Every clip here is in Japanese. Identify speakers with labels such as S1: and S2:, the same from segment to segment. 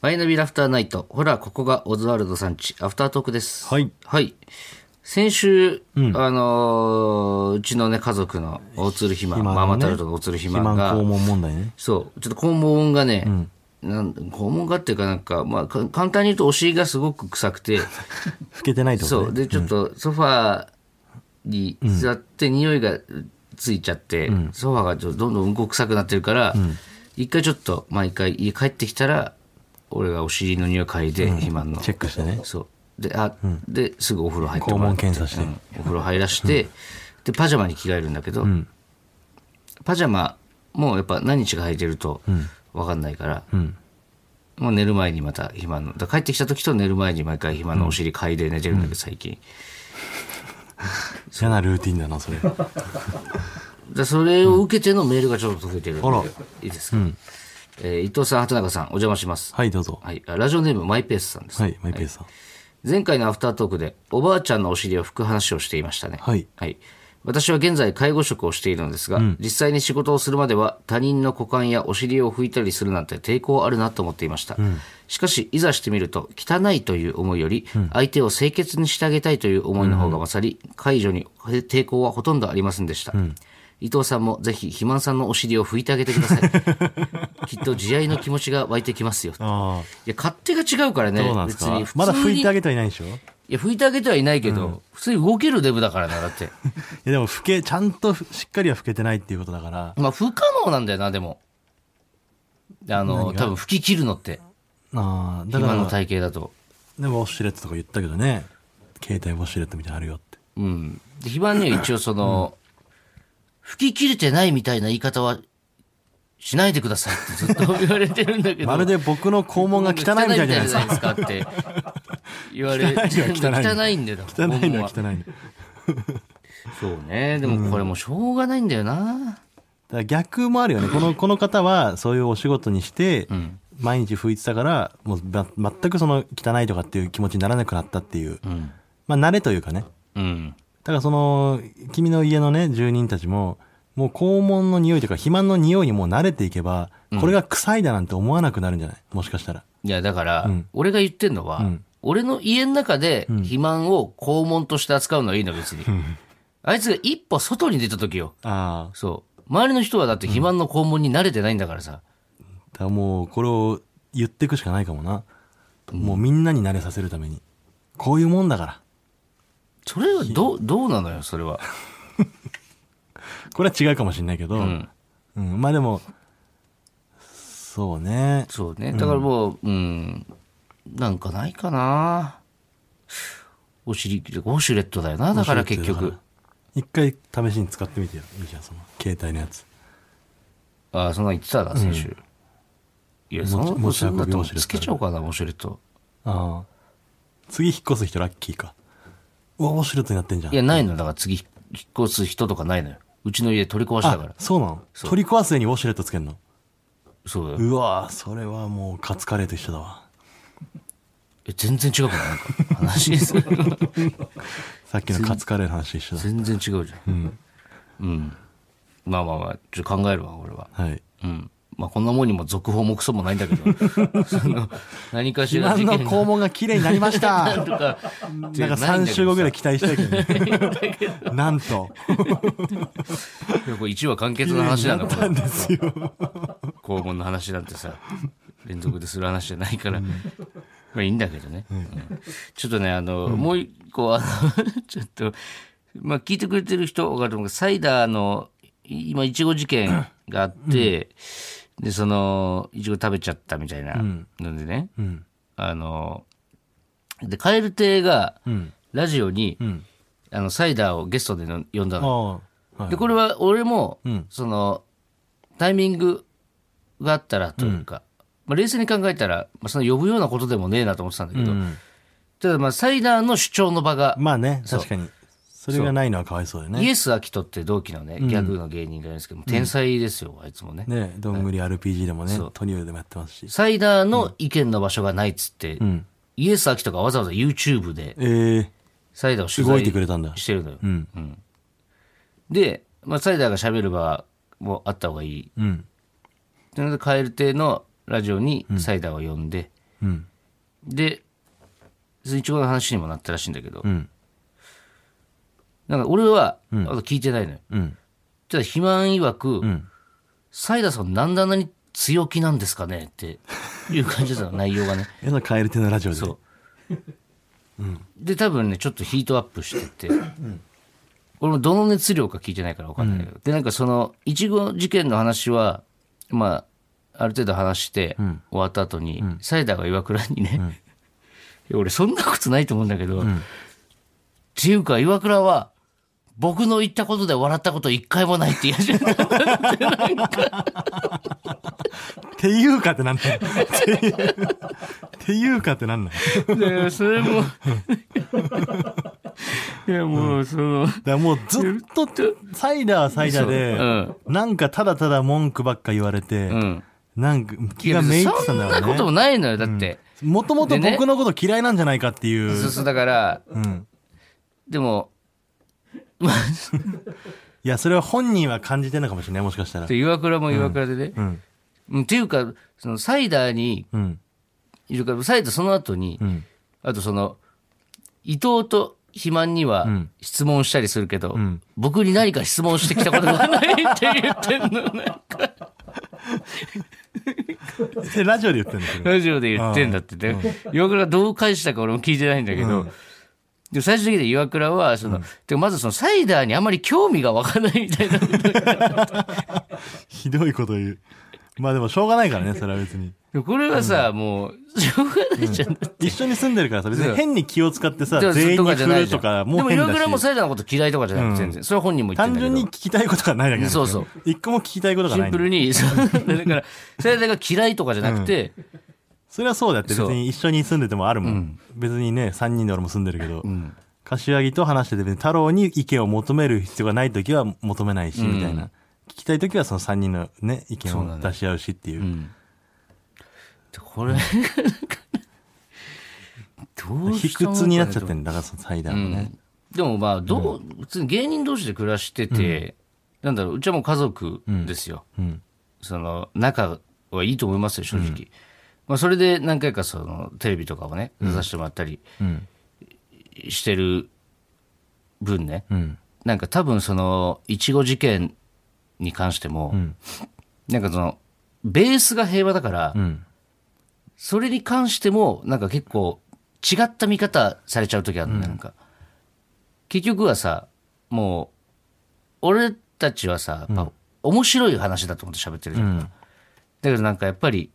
S1: マイナビラフターナイト。ほら、ここがオズワルドさんち、アフタートークです。
S2: はい
S1: はい。先週、あのーうちのね、家族の大鶴ひま、
S2: 肥満のね
S1: ママタルトの大鶴ひま
S2: 肥満
S1: が
S2: 肛、門問題ね。
S1: そう、ちょっと肛門がね、なん肛門がっていうかなんか、まあ、か簡単に言うとお尻がすごく臭くて、
S2: 老けてないってこと
S1: そう。で、ちょっとソファーに座って匂いがついちゃって、ソファーがちょっとどんどんうんこ臭くなってるから、一回ちょっと、毎回家帰ってきたら、俺がお尻の匂い嗅いで、肥満の。
S2: チェックしてね。
S1: そう。で、あ、で、すぐお風呂入って
S2: 肛
S1: もらっ
S2: 門
S1: て
S2: 検査して。
S1: お風呂入らして、で、パジャマに着替えるんだけど、パジャマもやっぱ何日か履いてると分かんないから、もう寝る前にまた暇の、だから帰ってきた時と寝る前に毎回暇のお尻嗅いで寝てるんだけど、最近。
S2: 嫌なルーティンだな、それ。
S1: でそれを受けてのメールがちょっと届いてるんで、
S2: あら
S1: いいですか、えー伊藤さん、畑中さん、お邪魔します。
S2: はい、どうぞ。
S1: はい、あラジオネームマイペースさんです。
S2: はい、マイペースさん。
S1: 前回のアフタートークでおばあちゃんのお尻を拭く話をしていましたね。
S2: はい
S1: 私は現在介護職をしているのですが、実際に仕事をするまでは他人の股間やお尻を拭いたりするなんて抵抗あるなと思っていました。しかし、いざしてみると、汚いという思いより、相手を清潔にしてあげたいという思いの方が勝り、解除に抵抗はほとんどありませんでした。伊藤さんもぜひ、肥満さんのお尻を拭いてあげてくださ い。きっと自愛の気持ちが湧いてきますよ。い
S2: あ
S1: や、勝手が違うからね、
S2: あ、どうなんです
S1: 別
S2: か
S1: に普通に。
S2: まだ拭いてあげてはいないでしょい
S1: いや、拭いてあげてはいないけど、普通に動けるデブだからな、だって。
S2: や、でも、拭け、ちゃんとふしっかりは拭けてないっていうことだから、
S1: まあ、不可能なんだよな、でも。あの、多分吹き切るのって、
S2: ああ、だか
S1: 今の
S2: ら、
S1: 体型だと。
S2: でもウォシュレットとか言ったけどね、携帯ウォシュレットみたいなのあるよって。
S1: うん。で、非番には一応その、吹き切れてないみたいな言い方は、しないでくださいってずっと言われてるんだけど。
S2: まるで僕の肛門が汚いみたいじゃないですか。
S1: か。汚いみたいじゃないですかって言われて。
S2: 汚いのは汚い
S1: 汚いんだよ。
S2: 汚いの
S1: は
S2: は汚いの。だか
S1: そうね。でもこれもうしょうがないんだよな。
S2: ら逆もあるよね。この、この方は、そういうお仕事にして、毎日拭いてたから、もう、ば全くその、汚いとかっていう気持ちにならなくなったっていう。
S1: うん。
S2: まあ、慣れというかね。
S1: うん。
S2: だからその、君の家のね、住人たちも、もう肛門の匂いというか、肥満の匂いにもう慣れていけば、これが臭いだなんて思わなくなるんじゃないもしかしたら。
S1: いや、だから、俺が言ってんのは、俺の家の中で、肥満を肛門として扱うのはいいの、別に。あいつが一歩外に出た時よ。
S2: ああ。
S1: そう。周りの人はだって肥満の肛門に慣れてないんだからさ。
S2: だからもう、これを言っていくしかないかもな。もうみんなに慣れさせるために。こういうもんだから。
S1: それはどう、どうなのよ、それは。
S2: これは違うかもしれないけど、うん
S1: ん、
S2: まあでも、そうね。
S1: そうね。だからもう、うん、なんかないかな。お尻、ウォシュレットだよな、だから結局。。
S2: 一回試しに使ってみてよ。いいじゃん、その、携帯のやつ。
S1: ああ、そんなん言ってたな、先週。いや、そんなこ
S2: 持
S1: と
S2: ち
S1: するんだったら
S2: 持ち運びウォシュレット
S1: つけちゃおうかな、ウォシュレット。
S2: ああ。次引っ越す人ラッキーか。うわ、ウォシュレットになってんじゃん。
S1: いや、ないの。だから次、引っ越す人とかないのよ。うちの家取り壊したか
S2: あ
S1: ら、。
S2: そうなの取り壊す上にウォシュレットつけんの
S1: そうだよ。
S2: うわそれはもうカツカレーと一緒だわ。
S1: え全然違うから、なんか。話です
S2: さっきのカツカレーの話と一緒だ。
S1: 全然違うじゃん。うん。まあまあまあ、ちょっと考えるわ、俺は。
S2: はい。
S1: うん。まあ、こんなもんにも続報もクソもないんだけ ど、その、何かしら
S2: 自
S1: 事
S2: 慢の
S1: 件が
S2: 肛門が綺麗になりまし
S1: な
S2: た
S1: んとか、なん
S2: なんか3週後ぐらい期待したいけどね。 なんと。
S1: い。これ1話完結の話なんだ、これ。
S2: ですよ。
S1: 肛門の話なんて さ連続でする話じゃないから、まあいいんだけどね、うんちょっとねあの、もう一個あの ちょっと、まあ、聞いてくれてる人分かると思うけどサイダーのい今いちご事件があって、でそのいちご食べちゃったみたいなのでね、
S2: うん。
S1: あので蛙亭が
S2: うん。
S1: ラジオに、
S2: ん
S1: あのサイダーをゲストでの呼んだの
S2: ああ。はい
S1: で、これは俺も、
S2: うん
S1: その、タイミングがあったらというか、まあ、冷静に考えたら、まあ、その呼ぶようなことでもねえなと思ってたんだけど、
S2: うん
S1: ただまあ、サイダーの主張の場が、
S2: まあね、
S1: そう
S2: 確かに。それがないのはかわいそうだよ
S1: イ
S2: ね。
S1: エス・アキトって同期のね、ギャグの芸人がいるんですけど、天才ですよ、あいつもね。
S2: ね、どんぐり RPG でもね
S1: そう、
S2: トリオでもやってますし。
S1: サイダーの意見の場所がないっつって、
S2: うん。
S1: イエス・アキトがわざわざ YouTube で
S2: ええ。
S1: サイダーを取
S2: 動いてくれ
S1: 材
S2: たんだ。
S1: してるのよ。
S2: うん。
S1: で、まあ、サイダーが喋る場もあった方がいい
S2: うん。
S1: なので、蛙亭のラジオにサイダーを呼んで、
S2: うん。
S1: で、いちごの話にもなったらしいんだけど、
S2: うん。
S1: なんか俺は、まだ聞いてないのよ。
S2: うん。
S1: ただ、肥満曰く、
S2: ん
S1: サイダーさんなんであんなに強気なんですかねっていう感じだったの、内容がね。
S2: えのカエルテのラジオで。
S1: そう。で、多分ね、ちょっとヒートアップしてて、俺もどの熱量か聞いてないから分かんないけど、で、なんかその、いちご事件の話は、まあ、ある程度話して、終わった後に、サイダーが岩倉にね、 いや俺そんなことないと思うんだけど、っていうか、岩倉は、僕の言ったことで笑ったこと一回もないって言い始め た。
S2: っていうかってなんだよ。っていうっていうかってなんだよ。だか
S1: でそれも、 いやもう、その、
S2: らもうずっと、サイダーはサイダーで、なんかただただ文句ばっか言われて、
S1: ん
S2: なんか気がめいってたん
S1: そ
S2: だ
S1: んなこと
S2: ろう
S1: も
S2: ね。
S1: ないのよ、だって。
S2: もともと僕のこと嫌いなんじゃないかっていう。
S1: そうそう、だから、
S2: うん。
S1: でも、
S2: いや、それは本人は感じてんのかもしれない、もしかしたら。
S1: で岩倉も岩倉でね。
S2: うん。
S1: うんっていうか、そのサイダーに
S2: うん。
S1: いるから、サイダーその後に、
S2: うん。
S1: あとその、伊藤と肥満には
S2: ん
S1: 質問したりするけど、
S2: ん
S1: 僕に何か質問してきたことがない って言ってんのね。
S2: でラジオで言ってんだけ ど。
S1: ラジオで言ってんだって。で、岩倉どう返したか俺も聞いてないんだけど、で最終的に岩倉は、その、てかまずそのサイダーにあまり興味がわかないみたいな。
S2: ひどいこと言う。まあでもしょうがないからね、それは別に。
S1: でこれはさ、もう、しょうがないじゃん。
S2: 一緒に住んでるからさ、別に変に気を使ってさ、
S1: でも
S2: 全員に
S1: じ
S2: 振
S1: ゃない
S2: る
S1: じゃ
S2: と
S1: ん
S2: か、
S1: で
S2: もう
S1: も
S2: 変
S1: 岩倉
S2: だ
S1: も
S2: し。
S1: サイダーのこと嫌いとかじゃなくて、全然。それは本人も言ってんだ
S2: 単
S1: けど。
S2: 純に聞きたいことがないだけだ
S1: そうそう。
S2: 一個も聞きたいことがな
S1: シン
S2: いんだ
S1: プ
S2: よ。
S1: ルに、そうだから、サイダーが嫌いとかじゃなくて、
S2: それはそうだって、別
S1: そう
S2: に一緒に住んでてもあるもん。別にね、三人で俺も住んでるけど、柏木と話してて、別に太郎に意見を求める必要がないときは求めないし、みたいな。聞きたいときはその三人のね、意見を出し合うしっていう。
S1: でこれ、どう
S2: 卑
S1: したもんかね
S2: 屈になっちゃってんだから、そのサイダーもね。
S1: でもまあ、どう、普通に芸人同士で暮らしてて、なんだろう、うちはもう家族ですよ。
S2: うん。
S1: その、仲はいいと思いますよ、正直。まあ、それで何回かその、テレビとかもね、出させてもらったり
S2: うん。
S1: してる分ね、
S2: うん。
S1: なんか多分その、いちご事件に関しても、
S2: ん
S1: なんかその、ベースが平和だから、
S2: うん。
S1: それに関しても、なんか結構、違った見方されちゃう時あるんだよ、なんか。結局はさ、もう、俺たちはさ、やっぱ、面白い話だと思って喋ってるじゃん。
S2: うん。
S1: だけどなんかやっぱり、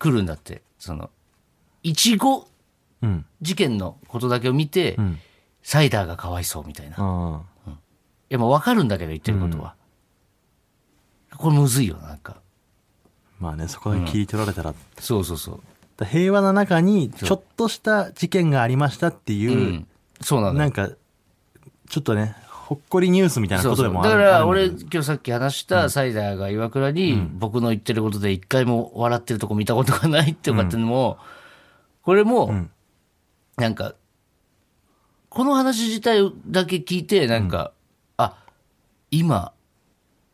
S1: 来るんだって、その、いちご
S2: うん。
S1: 事件のことだけを見て、
S2: ん
S1: サイダーがかわいそうみたいな。
S2: ああ。
S1: いや、まあ分かるんだけど、言ってることは。これむずいよな、なんか。
S2: まあね、そこだけ切り取られたら。
S1: そうそうそう。
S2: だ平和な中に、ちょっとした事件がありましたっていうう、
S1: ん。そうなのよ
S2: なんか、ちょっとね、ほっこりニュースみたいな
S1: そう
S2: こ
S1: そ
S2: とで
S1: う。
S2: も
S1: だ
S2: ある
S1: から、俺、
S2: あるんだ
S1: 今日さっき話したサイダーが岩倉に、僕の言ってることで一回も笑ってるとこ見たことがないっていうかっていうのも、これも、
S2: ん
S1: なんか、この話自体だけ聞いて、なんか、あ、今、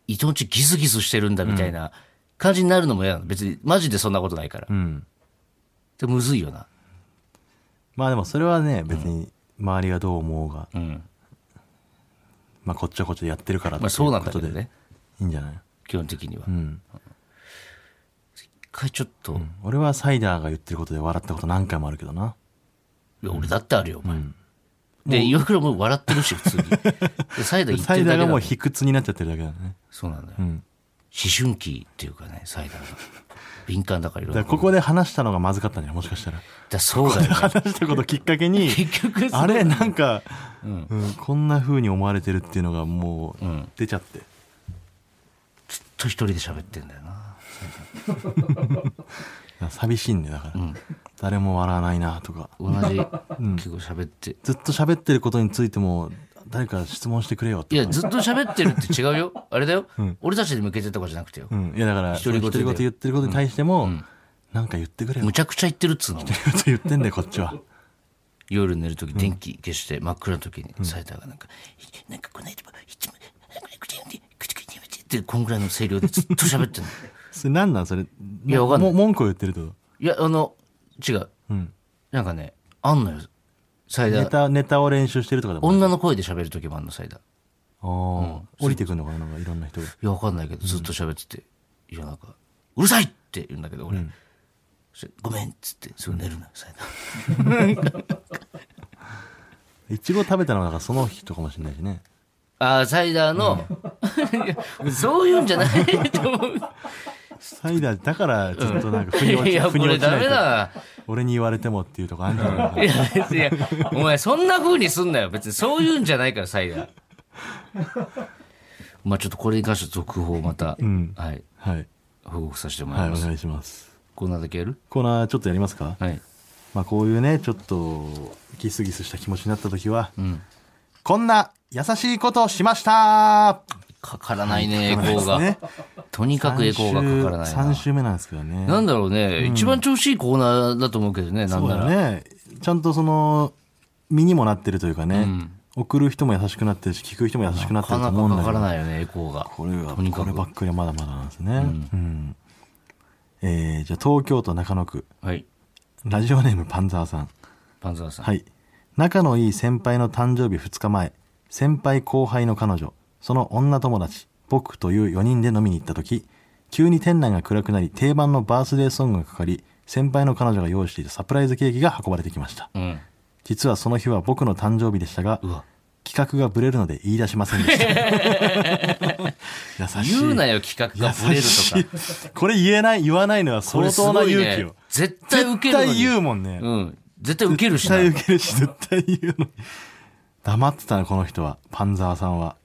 S1: 伊藤んちギスギスしてるんだみたいな感じになるのも嫌なの。別に、マジでそんなことないから
S2: け。どうん。
S1: でむずいよな。
S2: まあでもそれはね、別に周りがどう思おうが、
S1: うん。
S2: まあこっちはこっちでやってるからって
S1: ま
S2: い
S1: あそうなん
S2: こ
S1: だ
S2: と
S1: け
S2: で
S1: どね。
S2: いいんじゃない
S1: 基本的には。
S2: うん。
S1: 一回ちょっと、い
S2: 俺はサイダーが言ってることで笑ったこと何回もあるけどな。
S1: や俺だってあるよ、お前。で、岩倉もう笑ってるし、普通に。でサイダー言って
S2: サイ
S1: る
S2: ダ
S1: だけだ
S2: ーが
S1: も
S2: もうん卑屈になっちゃってるだけだね。
S1: そうなんだよ。
S2: ん
S1: 思春期っていうかね、サイダーが。敏感だからいろ
S2: だ
S1: い
S2: か
S1: ろ。
S2: ら
S1: だか
S2: ここで話したのがまずかったんじゃないもしかしたら。
S1: らそうだよね。
S2: 話したこときっかけ に、
S1: 結局
S2: あれなんか、うんこんな風に思われてるっていうのがもう
S1: うん
S2: 出ちゃって。
S1: ずっと一人で喋ってんだよな。
S2: 寂しいんだよだから、誰も笑わないなとか
S1: 同じ、結構喋って。
S2: ずっと喋ってることについても誰か質問してくれよとか
S1: いや、ずっと喋ってるって違うよ。あれだよ。俺たちに向けてとかじゃなくてよ
S2: う。ん、いやだから
S1: 独り言で
S2: 独り言言ってることに対しても、なんか言ってくれよ
S1: むちゃくちゃ言ってるっつうの。
S2: ってこと言ってんだよこっちは
S1: 夜寝るとき電気消して真っ暗のときにサイダーがなんか、なんかこないだもいつも、なんか口に、口にやめてって、こんぐらいの声量でずっと喋ってんの。
S2: それ何なんそれ
S1: いやわかんない
S2: も文句を言ってるってこと
S1: いや、あの、違う。
S2: うん。
S1: なんかね、あんのよ。サイ
S2: ネ
S1: ダー。
S2: タ、ネタを練習してるとかでも。
S1: 女の声で喋る時もあんの、サイダー。
S2: あー降りてくるのかななんかいろんな人が。
S1: いや、わかんないけど、ずっと喋ってて、いや、なんか、うるさいって言うんだけど、俺、そしてごめんっつって、すぐ寝るのよ、サイダー。
S2: いちご食べたのはなんかその人かもしれないしね。
S1: あーサイダーの、 そういうんじゃないと思う。
S2: サイダーだからずっとなん か腑に落
S1: い
S2: ち
S1: や、
S2: 腑
S1: こ
S2: に落
S1: れ
S2: ちな
S1: ダ
S2: いと
S1: メだ。
S2: 俺に言われてもっていうとこあんじゃない
S1: いや、別に、お前そんな風にすんなよ。別にそういうんじゃないから、サイダー。まあちょっとこれに関しては続報をまた、
S2: ん
S1: はい、
S2: はい。
S1: 報告させてもら
S2: はいい、お
S1: ます。
S2: 願いします。
S1: コーナーだけやる
S2: コーナーちょっとやりますか
S1: はい。
S2: まあこういうね、ちょっとギスギスした気持ちになった時は、
S1: ん
S2: こんな優しいことをしました
S1: かからないね、エコー
S2: で
S1: が。
S2: すね
S1: とにかくエコーがかからない
S2: 3
S1: な。
S2: 週目なんですけどね。
S1: なんだろうね、一番調子いいコーナーだと思うけどね、なん
S2: そう
S1: な
S2: だ
S1: ら。
S2: ね。ちゃんとその、身にもなってるというかね、送る人も優しくなってるし、聞く人も優しくな
S1: な
S2: って
S1: か
S2: ると
S1: な
S2: 思
S1: か
S2: うんだ
S1: か
S2: けど
S1: からないよね、エコーが。
S2: これは、
S1: とにか
S2: これば
S1: く。
S2: っかりはまだまだなんですね。うん。えーじゃあ東京都中野区、
S1: はい。
S2: ラジオネームパンザーさん。
S1: パンザーさん。
S2: はい。仲のいい先輩の誕生日2日前、先輩後輩の彼女、その女友達、僕という4人で飲みに行った時、急に店内が暗くなり定番のバースデーソングがかかり、先輩の彼女が用意していたサプライズケーキが運ばれてきました。
S1: うん。
S2: 実はその日は僕の誕生日でしたが、
S1: うわ。
S2: 企画がブレるので言い出しませんで した。優しい。
S1: 言うなよ、企画がブレるとか。
S2: 優し いこれ言えない、言わないのは
S1: これ
S2: 相
S1: すご
S2: 当な勇
S1: い
S2: 気
S1: ね
S2: よ。。
S1: 絶対受け
S2: 絶
S1: るのに。
S2: 対言うもんね。
S1: うん。絶対受けるし
S2: 絶
S1: な。
S2: 対受けるし、絶対言うのに。黙ってたね、この人は。パンザーさんは。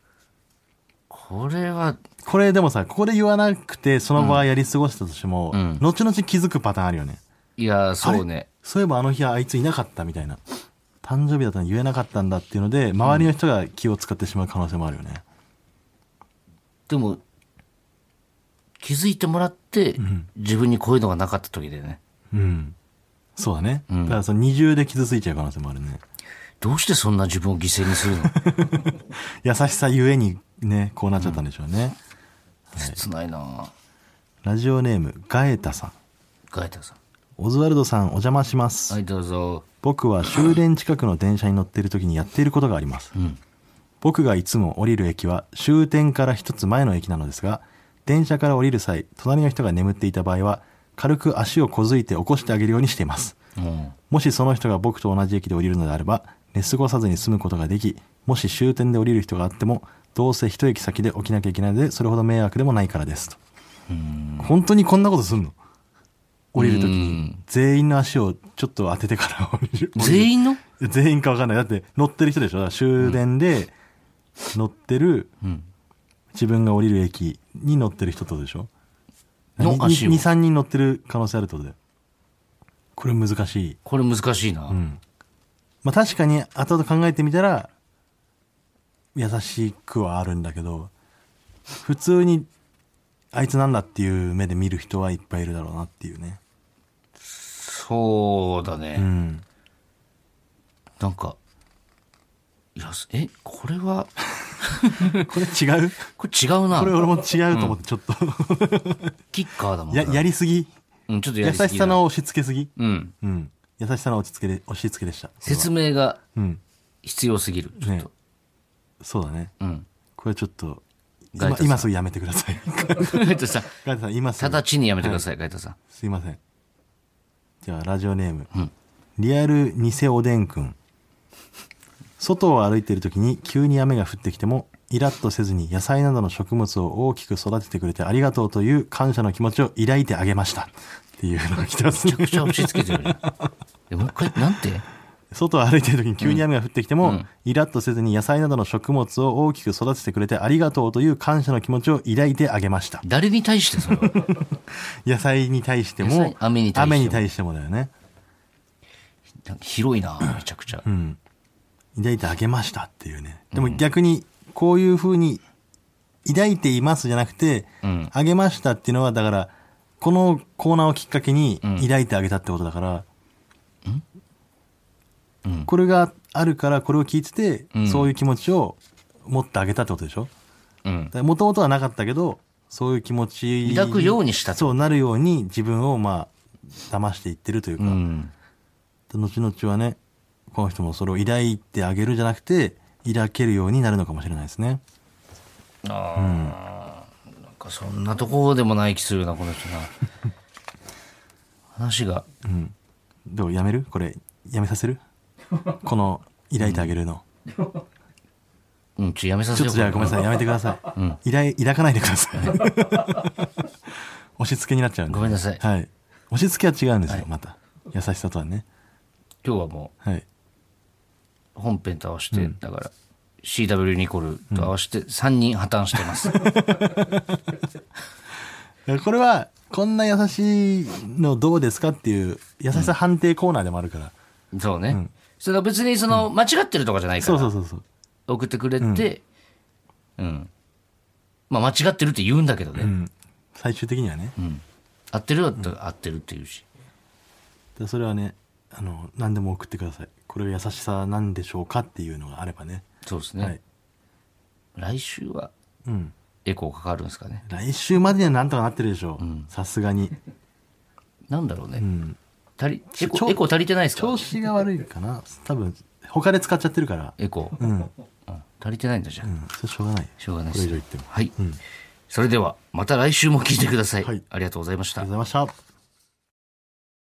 S1: これは、
S2: これでもさ、ここで言わなくて、その場合やり過ごしたとしても、
S1: うん
S2: 後々気づくパターンあるよね。
S1: いや、そうね。
S2: そういえばあの日はあいついなかったみたいな。誕生日だったのに言えなかったんだっていうので、周りの人が気を使ってしまう可能性もあるよね。
S1: でも、気づいてもらって、自分にこういうのがなかった時でね。
S2: うん。そうだね。だからその二重で傷ついちゃう可能性もあるね。
S1: どうしてそんな自分を犠牲にするの
S2: 優しさゆえにね、こうなっちゃったんでしょうね。
S1: 切ないな
S2: ラジオネーム、ガエタさん。
S1: ガイタさん。
S2: オズワルドさん、お邪魔します。
S1: はい、どうぞ。
S2: 僕は終電近くの電車に乗っている時にやっていることがあります。僕がいつも降りる駅は終点から一つ前の駅なのですが、電車から降りる際、隣の人が眠っていた場合は、軽く足を小突いて起こしてあげるようにしています。
S1: うん。
S2: もしその人が僕と同じ駅で降りるのであれば、寝過ごさずに済むことができ、もし終点で降りる人があっても、どうせ一駅先で起きなきゃいけないので、それほど迷惑でもないからですと。本当にこんなことすんの降りるときに、全員の足をちょっと当ててから降りる。
S1: 全員の
S2: いや全員かわかんない。だって乗ってる人でしょだから終電で乗ってる、
S1: うん。
S2: 自分が降りる駅に乗ってる人とでしょ
S1: の足を
S2: ?2、3人乗ってる可能性あるってことだよ。これ難しい。
S1: これ難しいな。
S2: うんまあ確かに後々考えてみたら優しくはあるんだけど普通にあいつなんだっていう目で見る人はいっぱいいるだろうなっていうね
S1: そうだね。
S2: うん
S1: なんか、いや、え、これは、
S2: これ違う
S1: これ違うな。
S2: これ俺も違うと思ってちょっと、
S1: キッカーだもんな
S2: ややりすぎ
S1: うん、ちょっとや
S2: 優
S1: りすぎだ
S2: しさの押し付けすぎ
S1: うん。
S2: うん優しさの落ち着けで押し付けでした
S1: 説明が
S2: うん
S1: 必要すぎる。ちょっと。
S2: ねそうだね
S1: うん。
S2: これちょっと
S1: ガイタ
S2: 今
S1: さん
S2: 今すぐやめてください
S1: ガイタさん、
S2: ガイタさん今すぐ
S1: 直ちにやめてください、ガイタさん。
S2: すいません。じゃあ、ラジオネーム。
S1: うん
S2: リアル偽おでんくん。外を歩いている時に急に雨が降ってきても、イラッとせずに野菜などの食物を大きく育ててくれてありがとうという感謝の気持ちを抱いてあげました。っていうのが来てま すね
S1: めちゃくちゃ押し付けてるじゃん。 え、もう一回、なんて
S2: 外を歩いている時に急に雨が降ってきても、
S1: うん
S2: イラッとせずに野菜などの食物を大きく育ててくれてありがとうという感謝の気持ちを抱いてあげました。
S1: 誰に対してそれは
S2: 野菜に対して
S1: 野
S2: も
S1: 菜、雨に対しても
S2: 雨に対してもだよね。
S1: なんか広いなめちゃくちゃ。
S2: うん。抱いてあげましたっていうね。でも逆に、こういうふうに、抱いていますじゃなくて、
S1: うん
S2: あげましたっていうのは、だから、このコーナーをきっかけに
S1: うん
S2: 抱いてあげたってことだから、
S1: うん
S2: これがあるから、これを聞いてて、
S1: うん
S2: そういう気持ちを持ってあげたってことでしょ
S1: うん。
S2: もともとはなかったけど、そういう気持ち
S1: 抱くようにしたと
S2: そうなるように自分をまあ、騙していってるというか、で後々はねこの人もそれを抱いてあげるじゃなくて抱けるようになるのかもしれないですね
S1: ああ、なんかそんなとこでもない気するなこの 人な話が
S2: どうやめるこれやめ させるこの抱いてあげるの、
S1: うんちょやめさ
S2: ち
S1: せ
S2: ょ
S1: よう
S2: っとじゃあごめんなさいやめてください、抱い抱かないでく ださい押し付けになっちゃうんで
S1: ごめんなさい
S2: はい、押し付けは違うんですよ、また優しさとはね
S1: 今日はも
S2: はい、
S1: う本編と合わせて、だから CW ニコルと合わせて3人破綻してます、
S2: いやこれはこんな優しいのどうですかっていう優しさ判定コーナーでもあるから、
S1: そうね、それは別にその間違ってるとかじゃないか
S2: そう
S1: ら
S2: そうそうそう
S1: 送ってくれてうん、まあ間違ってるって言うんだけどね、
S2: うん、最終的にはね、
S1: 合ってるだったら合ってるって言うし、
S2: でそれはねあの何でも送ってくださいこれは優しさなんでしょうかっていうのがあればね
S1: そうですね、
S2: はい
S1: 来週は
S2: うん
S1: エコーかかるんですかね
S2: 来週までにはなんとかなってるでしょうさすがに、
S1: なんだろうね、
S2: うん、
S1: 足りエ
S2: ち
S1: コ
S2: ょ
S1: エコー足りてないですか
S2: 調子が悪いかな多分他で使っちゃってるから
S1: エコー、
S2: うん、うん、
S1: うん足りてないんだじゃん、
S2: それしょうがない
S1: しょうがない
S2: こ
S1: です
S2: れ以上言ってもあり
S1: はい、それではまた来週も聞いてください、
S2: はい
S1: ありがとうございまし
S2: が
S1: た
S2: とうございました